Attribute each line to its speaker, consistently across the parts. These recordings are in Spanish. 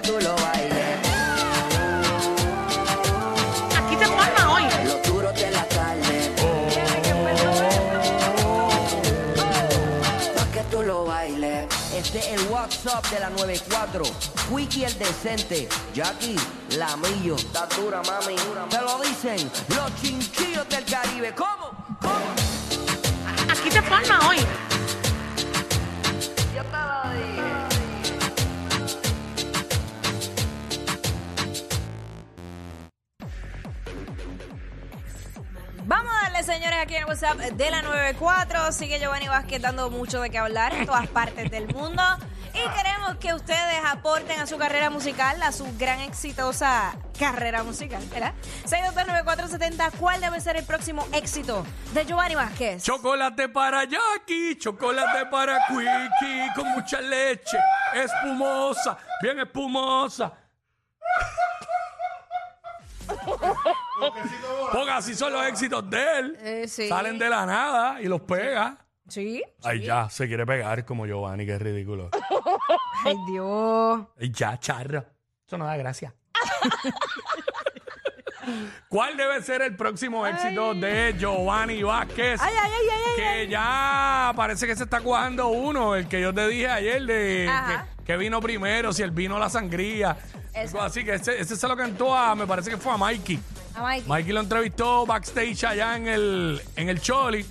Speaker 1: tú lo bailes.
Speaker 2: Aquí se forma hoy.
Speaker 1: Lo duro de la carne. Pa' que tú lo bailes.
Speaker 3: Este es el WhatsApp de la 94. Wiki el decente. Jackie, Lamillo.
Speaker 1: Está dura, mami. Dura,
Speaker 3: Te lo dicen los chinchillos del Caribe. ¿Cómo? ¿Cómo?
Speaker 2: Aquí se forma hoy.
Speaker 1: Yo te lo dije.
Speaker 4: Vamos a darle, señores, aquí en el WhatsApp de la 94. Sigue Giovanni Vázquez dando mucho de qué hablar en todas partes del mundo. Y queremos que ustedes aporten a su carrera musical, a su gran exitosa carrera musical, ¿verdad? 6229470, ¿cuál debe ser el próximo éxito de Giovanni Vázquez?
Speaker 5: Chocolate para Jackie, chocolate para Quickie, con mucha leche, espumosa, bien espumosa. Porque así son los éxitos de él.
Speaker 4: Eh, sí.
Speaker 5: Salen de la nada y los pega.
Speaker 4: Sí.
Speaker 5: Ay, ya, se quiere pegar como Giovanni, que ridículo.
Speaker 4: Ay, Dios.
Speaker 5: Ay, ya, charro. Eso no da gracia. ¿Cuál debe ser el próximo éxito de Giovanni Vázquez?
Speaker 4: Ay, ay, ay, ay, ay.
Speaker 5: que ya parece que se está cuajando uno, el que yo te dije ayer de
Speaker 4: Ajá.
Speaker 5: que, que vino primero, si el vino o la sangría.
Speaker 4: Eso.
Speaker 5: Algo Así que ese, ese se lo cantó a, me parece que fue a Mikey.
Speaker 4: A Mike.
Speaker 5: Mikey lo entrevistó backstage allá en el, en el Choli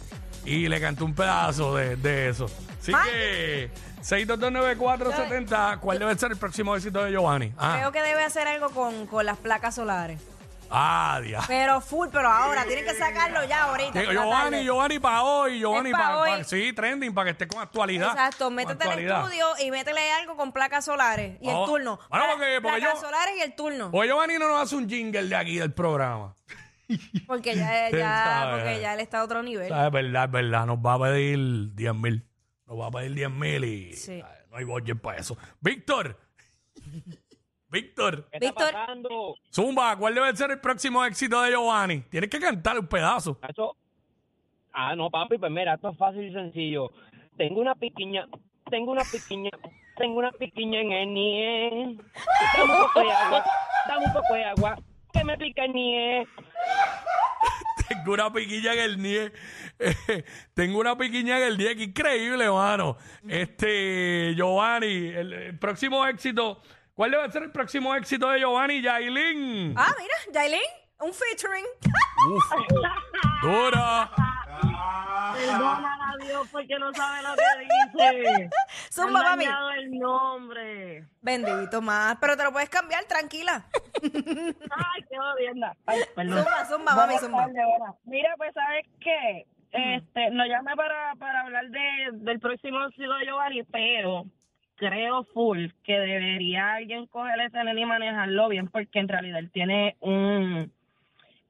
Speaker 5: y le cantó un pedazo de, de eso. Así
Speaker 4: Mikey.
Speaker 5: que 6229470, ¿cuál debe ser el próximo éxito de Giovanni?
Speaker 4: Creo
Speaker 5: Ah,
Speaker 4: que debe hacer algo con, con las placas solares.
Speaker 5: ah dia-
Speaker 4: Pero full, pero ahora. Tienen que sacarlo ya ahorita.
Speaker 5: Digo,
Speaker 4: en la
Speaker 5: Giovanni,
Speaker 4: tarde.
Speaker 5: Giovanni para hoy, Giovanni
Speaker 4: pa'
Speaker 5: para
Speaker 4: hoy.
Speaker 5: sí, trending, para que esté con actualidad.
Speaker 4: Exacto,
Speaker 5: con
Speaker 4: métete al
Speaker 5: actualidad.
Speaker 4: estudio y métele algo con placas solares y
Speaker 5: Oh,
Speaker 4: el turno.
Speaker 5: bueno,
Speaker 4: Pla-
Speaker 5: porque- porque
Speaker 4: placas
Speaker 5: yo-
Speaker 4: solares y el turno.
Speaker 5: Oye, Giovanni no nos hace un jingle de aquí del programa.
Speaker 4: Porque ya,
Speaker 5: Sí,
Speaker 4: ya,
Speaker 5: sabe.
Speaker 4: porque ya él está a otro nivel.
Speaker 5: ¿Sabes? Es verdad, es verdad. Nos va a pedir 10 mil. Nos va a pedir 10 mil y
Speaker 4: Sí.
Speaker 5: ¿sabes? no hay budget para eso. Víctor. Víctor.
Speaker 6: ¿Qué
Speaker 4: Víctor.
Speaker 6: está pasando?
Speaker 5: Zumba, ¿cuál debe ser el próximo éxito de Giovanni? Tienes que cantar un pedazo.
Speaker 6: Eso- Ah, no, papi, pues mira, esto es fácil y sencillo. Tengo una piquiña, tengo una piquiña, tengo una piquiña en el nie. Dame un poco de agua, dame un poco de agua, que me pica el nie.
Speaker 5: Tengo una piquilla en el 10. tengo una piquiña en el 10. Qué increíble, mano. Este, Giovanni, el, el próximo éxito. ¿Cuál debe ser el próximo éxito de Giovanni? Yailin.
Speaker 4: Ah, mira, Yailin, un featuring.
Speaker 5: Uf. Dura.
Speaker 7: Perdónala, Dios, porque no sabe lo que dice.
Speaker 4: Zumba,
Speaker 7: Han
Speaker 4: mami.
Speaker 7: dañado el nombre.
Speaker 4: Bendito más. Pero te lo puedes cambiar, tranquila.
Speaker 7: Ay, qué jodienda. Ay, perdón.
Speaker 4: Zumba, zumba, mami,
Speaker 7: Buenas
Speaker 4: zumba.
Speaker 7: tardes, buenas. Mira, pues, ¿sabes qué? Este, lo llamé para, para hablar de, del próximo siglo de Giovanni, pero creo full que debería alguien coger ese nene y manejarlo bien, porque en realidad él tiene un...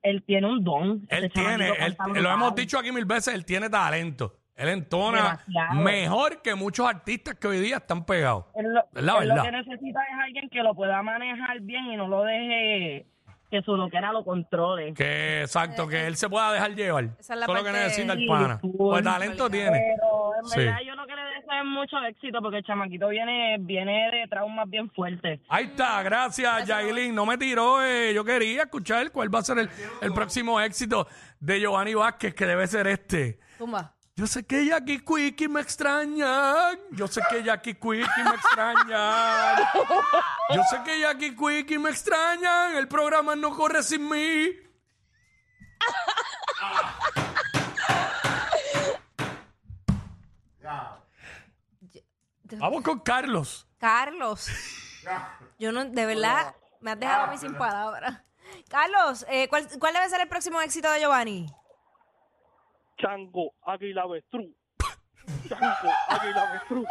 Speaker 7: Él tiene un don.
Speaker 5: Él
Speaker 7: Ese
Speaker 5: tiene,
Speaker 7: chamaquito
Speaker 5: él-
Speaker 7: canta
Speaker 5: lo
Speaker 7: brutal.
Speaker 5: hemos dicho aquí mil veces, él tiene talento. Él entona
Speaker 7: Demasiado.
Speaker 5: mejor que muchos artistas que hoy día están pegados.
Speaker 7: Él lo,
Speaker 5: ¿Verdad,
Speaker 7: él lo
Speaker 5: verdad?
Speaker 7: que necesita es alguien que lo pueda manejar bien y no lo deje que su loquera lo controle.
Speaker 5: Que exacto, que él se pueda dejar llevar.
Speaker 4: Esa es la
Speaker 5: Eso es lo que
Speaker 4: parte-
Speaker 5: necesita el
Speaker 7: Sí,
Speaker 5: pana.
Speaker 7: full.
Speaker 5: Pues talento tiene.
Speaker 7: Pero en
Speaker 5: Sí.
Speaker 7: verdad yo lo que le deseo es mucho éxito porque el chamaquito viene, viene de traumas bien fuertes.
Speaker 5: Ahí está, gracias, Yailin. No me tiró, eh, yo quería escuchar cuál va a ser el, el próximo éxito de Giovanni Vázquez, que debe ser este.
Speaker 4: Zumba.
Speaker 5: Yo sé que Jackie Quickie me extraña. Yo sé que Jackie Quickie me extraña. Yo sé que Jackie Quickie me extraña. El programa no corre sin mí. Vamos con Carlos.
Speaker 4: Carlos. Yo no, de verdad, me has dejado a mí sin palabras. Carlos, eh, ¿cuál, ¿cuál debe ser el próximo éxito de Giovanni?
Speaker 8: Chango, águila, avestruz. Chango, águila, avestruz.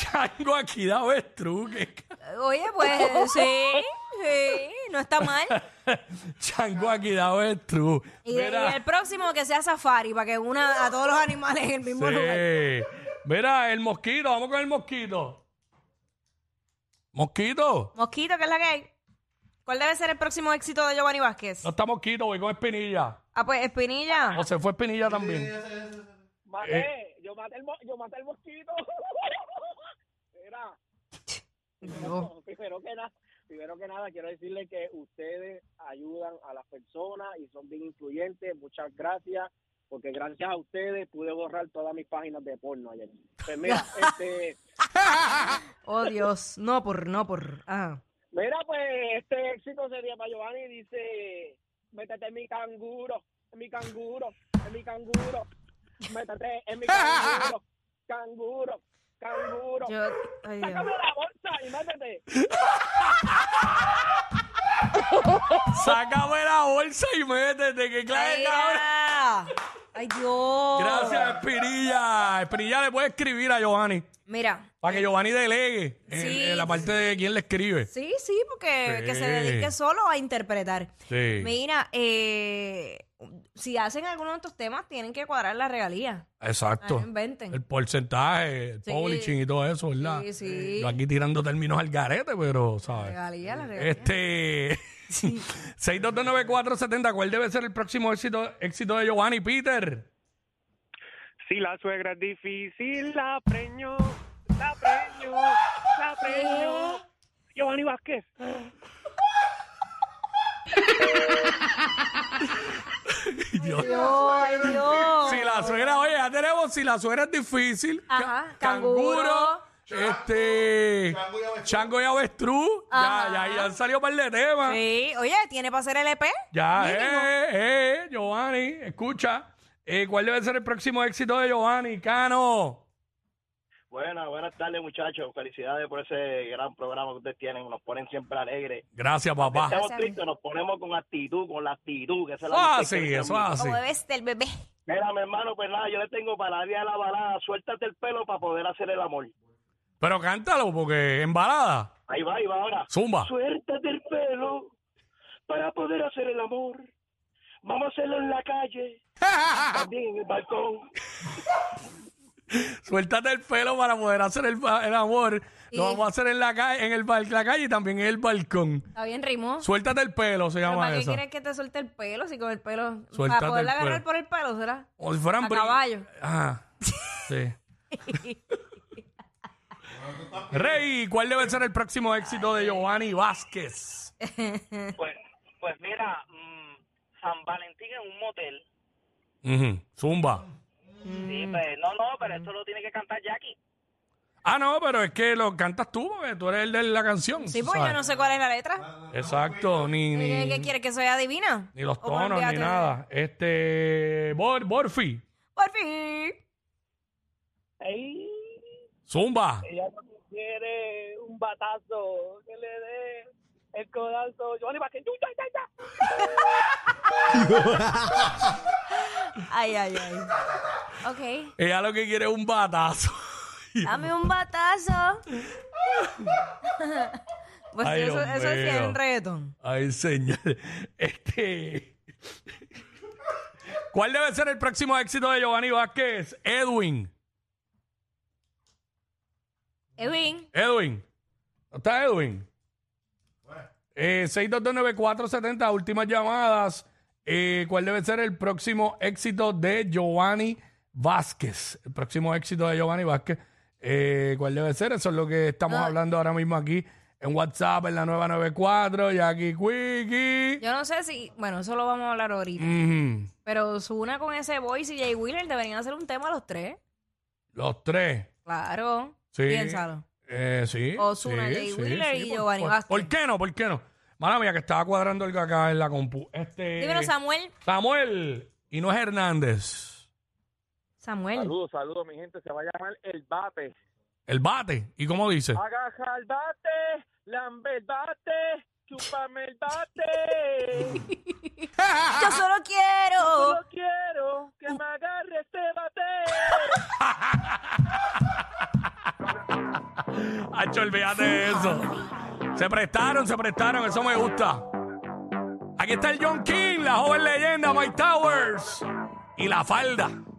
Speaker 5: Chango aquí da avestruz. que-
Speaker 4: Oye, pues sí, sí, no está mal.
Speaker 5: Chango aquí da avestruz.
Speaker 4: Y, de-
Speaker 5: Mira.
Speaker 4: y el próximo que sea safari, para que una a todos los animales en el mismo lugar.
Speaker 5: Sí. Mira, el mosquito. Vamos con el mosquito. Mosquito.
Speaker 4: Mosquito, ¿qué es la que hay? ¿Cuál debe ser el próximo éxito de Giovanni Vázquez?
Speaker 5: No está mosquito, voy con espinilla.
Speaker 4: Ah, pues Espinilla.
Speaker 5: No, se fue Espinilla también.
Speaker 8: Eh. Maté, yo maté el, mo- yo maté el mosquito. Mira,
Speaker 2: No.
Speaker 8: Primero que nada, primero que nada quiero decirle que ustedes ayudan a las personas y son bien influyentes. Muchas gracias, porque gracias a ustedes pude borrar todas mis páginas de porno ayer. Pues mira, este,
Speaker 4: Oh, Dios. No por, no por. Ah.
Speaker 8: mira, pues este éxito sería para Giovanni. Dice, métete en mi canguro, en mi canguro, en mi canguro, métete en mi canguro, canguro, canguro.
Speaker 4: Yo. Ay, Dios.
Speaker 8: Sácame la bolsa y métete.
Speaker 5: Sácame la bolsa y métete, que clave
Speaker 4: Ay,
Speaker 5: cabrón.
Speaker 4: ah. Ay, Dios.
Speaker 5: Gracias, Espinilla. Espinilla le puede escribir a Giovanni.
Speaker 4: Mira.
Speaker 5: Para que Giovanni delegue en,
Speaker 4: Sí.
Speaker 5: en la parte de quién le escribe.
Speaker 4: Sí, sí, porque
Speaker 5: Sí.
Speaker 4: que se dedique solo a interpretar.
Speaker 5: Sí.
Speaker 4: Mira, eh, si hacen alguno de estos temas, tienen que cuadrar la regalía.
Speaker 5: Exacto.
Speaker 4: Ah, inventen.
Speaker 5: El porcentaje, el
Speaker 4: Sí.
Speaker 5: publishing y todo eso, ¿verdad?
Speaker 4: Sí, sí.
Speaker 5: Yo aquí tirando términos al garete, pero, ¿sabes?
Speaker 4: Regalía, la regalía.
Speaker 5: Este. 6229470, ¿cuál debe ser el próximo éxito, éxito de Giovanni Peter?
Speaker 9: Si la suegra es difícil, la preño, la preño, la preño. Giovanni Vázquez.
Speaker 5: Dios.
Speaker 4: Ay, Dios.
Speaker 5: Si la suegra, oye, ya tenemos, si la suegra es difícil, ca-
Speaker 4: Ajá, canguro,
Speaker 5: este, chango y avestruz, ya,
Speaker 4: Ajá.
Speaker 5: ya, ya han salido un par de temas.
Speaker 4: Sí, oye, tiene para hacer el E EP.
Speaker 5: ah. Ya,
Speaker 4: Mínimo.
Speaker 5: eh, eh, Giovanni, escucha, eh, ¿cuál debe ser el próximo éxito de Giovanni, Cano?
Speaker 9: Buenas, buenas tardes, muchachos. Felicidades por ese gran programa que ustedes tienen. Nos ponen siempre alegres.
Speaker 5: Gracias, papá.
Speaker 9: Estamos
Speaker 4: Gracias,
Speaker 9: tristes, nos ponemos con actitud, con la actitud. Que esa es la
Speaker 5: Ah,
Speaker 9: actitud que
Speaker 5: sí,
Speaker 9: tenemos.
Speaker 5: eso así.
Speaker 4: Como debe ser, bebé.
Speaker 9: Mira, mi hermano, pues nada, yo le tengo para la vía de la balada. Suéltate el pelo para poder hacer el amor.
Speaker 5: Pero cántalo, porque en balada,
Speaker 9: Ahí va, ahí va ahora.
Speaker 5: zumba.
Speaker 9: Suéltate el pelo para poder hacer el amor. Vamos a hacerlo en la calle, también en el balcón.
Speaker 5: Suéltate el pelo para poder hacer el, ba- el amor. Lo vamos a hacer en la calle, en el bal- la calle y también en el balcón.
Speaker 4: Está bien rimó.
Speaker 5: Suéltate el pelo, se
Speaker 4: Pero
Speaker 5: llama
Speaker 4: ¿Para qué
Speaker 5: eso.
Speaker 4: quieres que te suelte el pelo? Si con el pelo.
Speaker 5: Suéltate
Speaker 4: para
Speaker 5: el
Speaker 4: poderla agarrar
Speaker 5: pelo.
Speaker 4: por el pelo, ¿será?
Speaker 5: O si fueran
Speaker 4: A
Speaker 5: bri-
Speaker 4: caballo.
Speaker 5: Ajá. Sí. Rey, ¿cuál debe ser el próximo éxito de Giovanni Vázquez?
Speaker 6: Pues, pues mira, mm, San Valentín en un motel.
Speaker 5: Ujú, Zumba.
Speaker 6: Sí,
Speaker 8: Mm.
Speaker 6: pues, no, no, pero esto lo tiene que cantar Jackie.
Speaker 5: Ah, no, pero es que lo cantas tú, porque tú eres el de la canción.
Speaker 4: Sí,
Speaker 5: tú
Speaker 4: porque
Speaker 5: sabes.
Speaker 4: yo no sé cuál es la letra.
Speaker 5: Exacto, ni,
Speaker 4: ¿Qué,
Speaker 5: Ah, ni,
Speaker 4: qué quieres que soy adivina?
Speaker 5: ni los
Speaker 4: ¿O me
Speaker 5: tonos,
Speaker 4: envías
Speaker 5: ni
Speaker 4: tú?
Speaker 5: nada. Este, Bor- Borfi,
Speaker 4: Por fin.
Speaker 5: Zumba.
Speaker 8: Ella no quiere un batazo que le dé el codazo. Giovanni Vázquez, ¡ya, ya, ya!
Speaker 4: Ay, ay, ay. Ok.
Speaker 5: Ella lo que quiere es un batazo.
Speaker 4: Dame un batazo. pues
Speaker 5: Ay,
Speaker 4: eso,
Speaker 5: Dios
Speaker 4: eso sí es
Speaker 5: mío.
Speaker 4: un reggaetón.
Speaker 5: Ay, señor. Este. ¿Cuál debe ser el próximo éxito de Giovanni Vázquez? Edwin.
Speaker 4: Edwin.
Speaker 5: Edwin. ¿No está Edwin? Eh, 6229470, últimas llamadas. Eh, ¿Cuál debe ser el próximo éxito de Giovanni Vázquez? El próximo éxito de Giovanni Vázquez. Eh, ¿Cuál debe ser? Eso es lo que estamos hablando ahora mismo aquí en WhatsApp, en la nueva 94, Jackie Quickie.
Speaker 4: Yo no sé si. Bueno, eso lo vamos a hablar ahorita.
Speaker 5: Ujú.
Speaker 4: Pero Zuna con ese voice y Jay Wheeler deberían hacer un tema los tres.
Speaker 5: Los tres.
Speaker 4: Claro.
Speaker 5: Sí.
Speaker 4: Piénsalo.
Speaker 5: Eh, sí.
Speaker 4: Ozuna,
Speaker 5: sí,
Speaker 4: Jay
Speaker 5: sí,
Speaker 4: Wheeler
Speaker 5: sí,
Speaker 4: y
Speaker 5: por-
Speaker 4: Giovanni
Speaker 5: por-
Speaker 4: Vázquez.
Speaker 5: ¿Por qué no? ¿Por qué no? Mala mía, que estaba cuadrando algo acá en la compu. Este,
Speaker 4: Dímelo, Samuel.
Speaker 5: Samuel. Y no es Hernández.
Speaker 4: Samuel.
Speaker 8: Saludos, saludos, mi gente. Se va a llamar El Bate.
Speaker 5: El bate. ¿Y cómo dice?
Speaker 8: Agaja el bate, lambe el bate, chúpame el bate.
Speaker 4: Yo solo quiero.
Speaker 8: No quiero que me agarre este bate.
Speaker 5: Hacho, olvídate de eso. Se prestaron, se prestaron. Eso me gusta. Aquí está el John King, la joven leyenda, Mike Towers. Y la falda.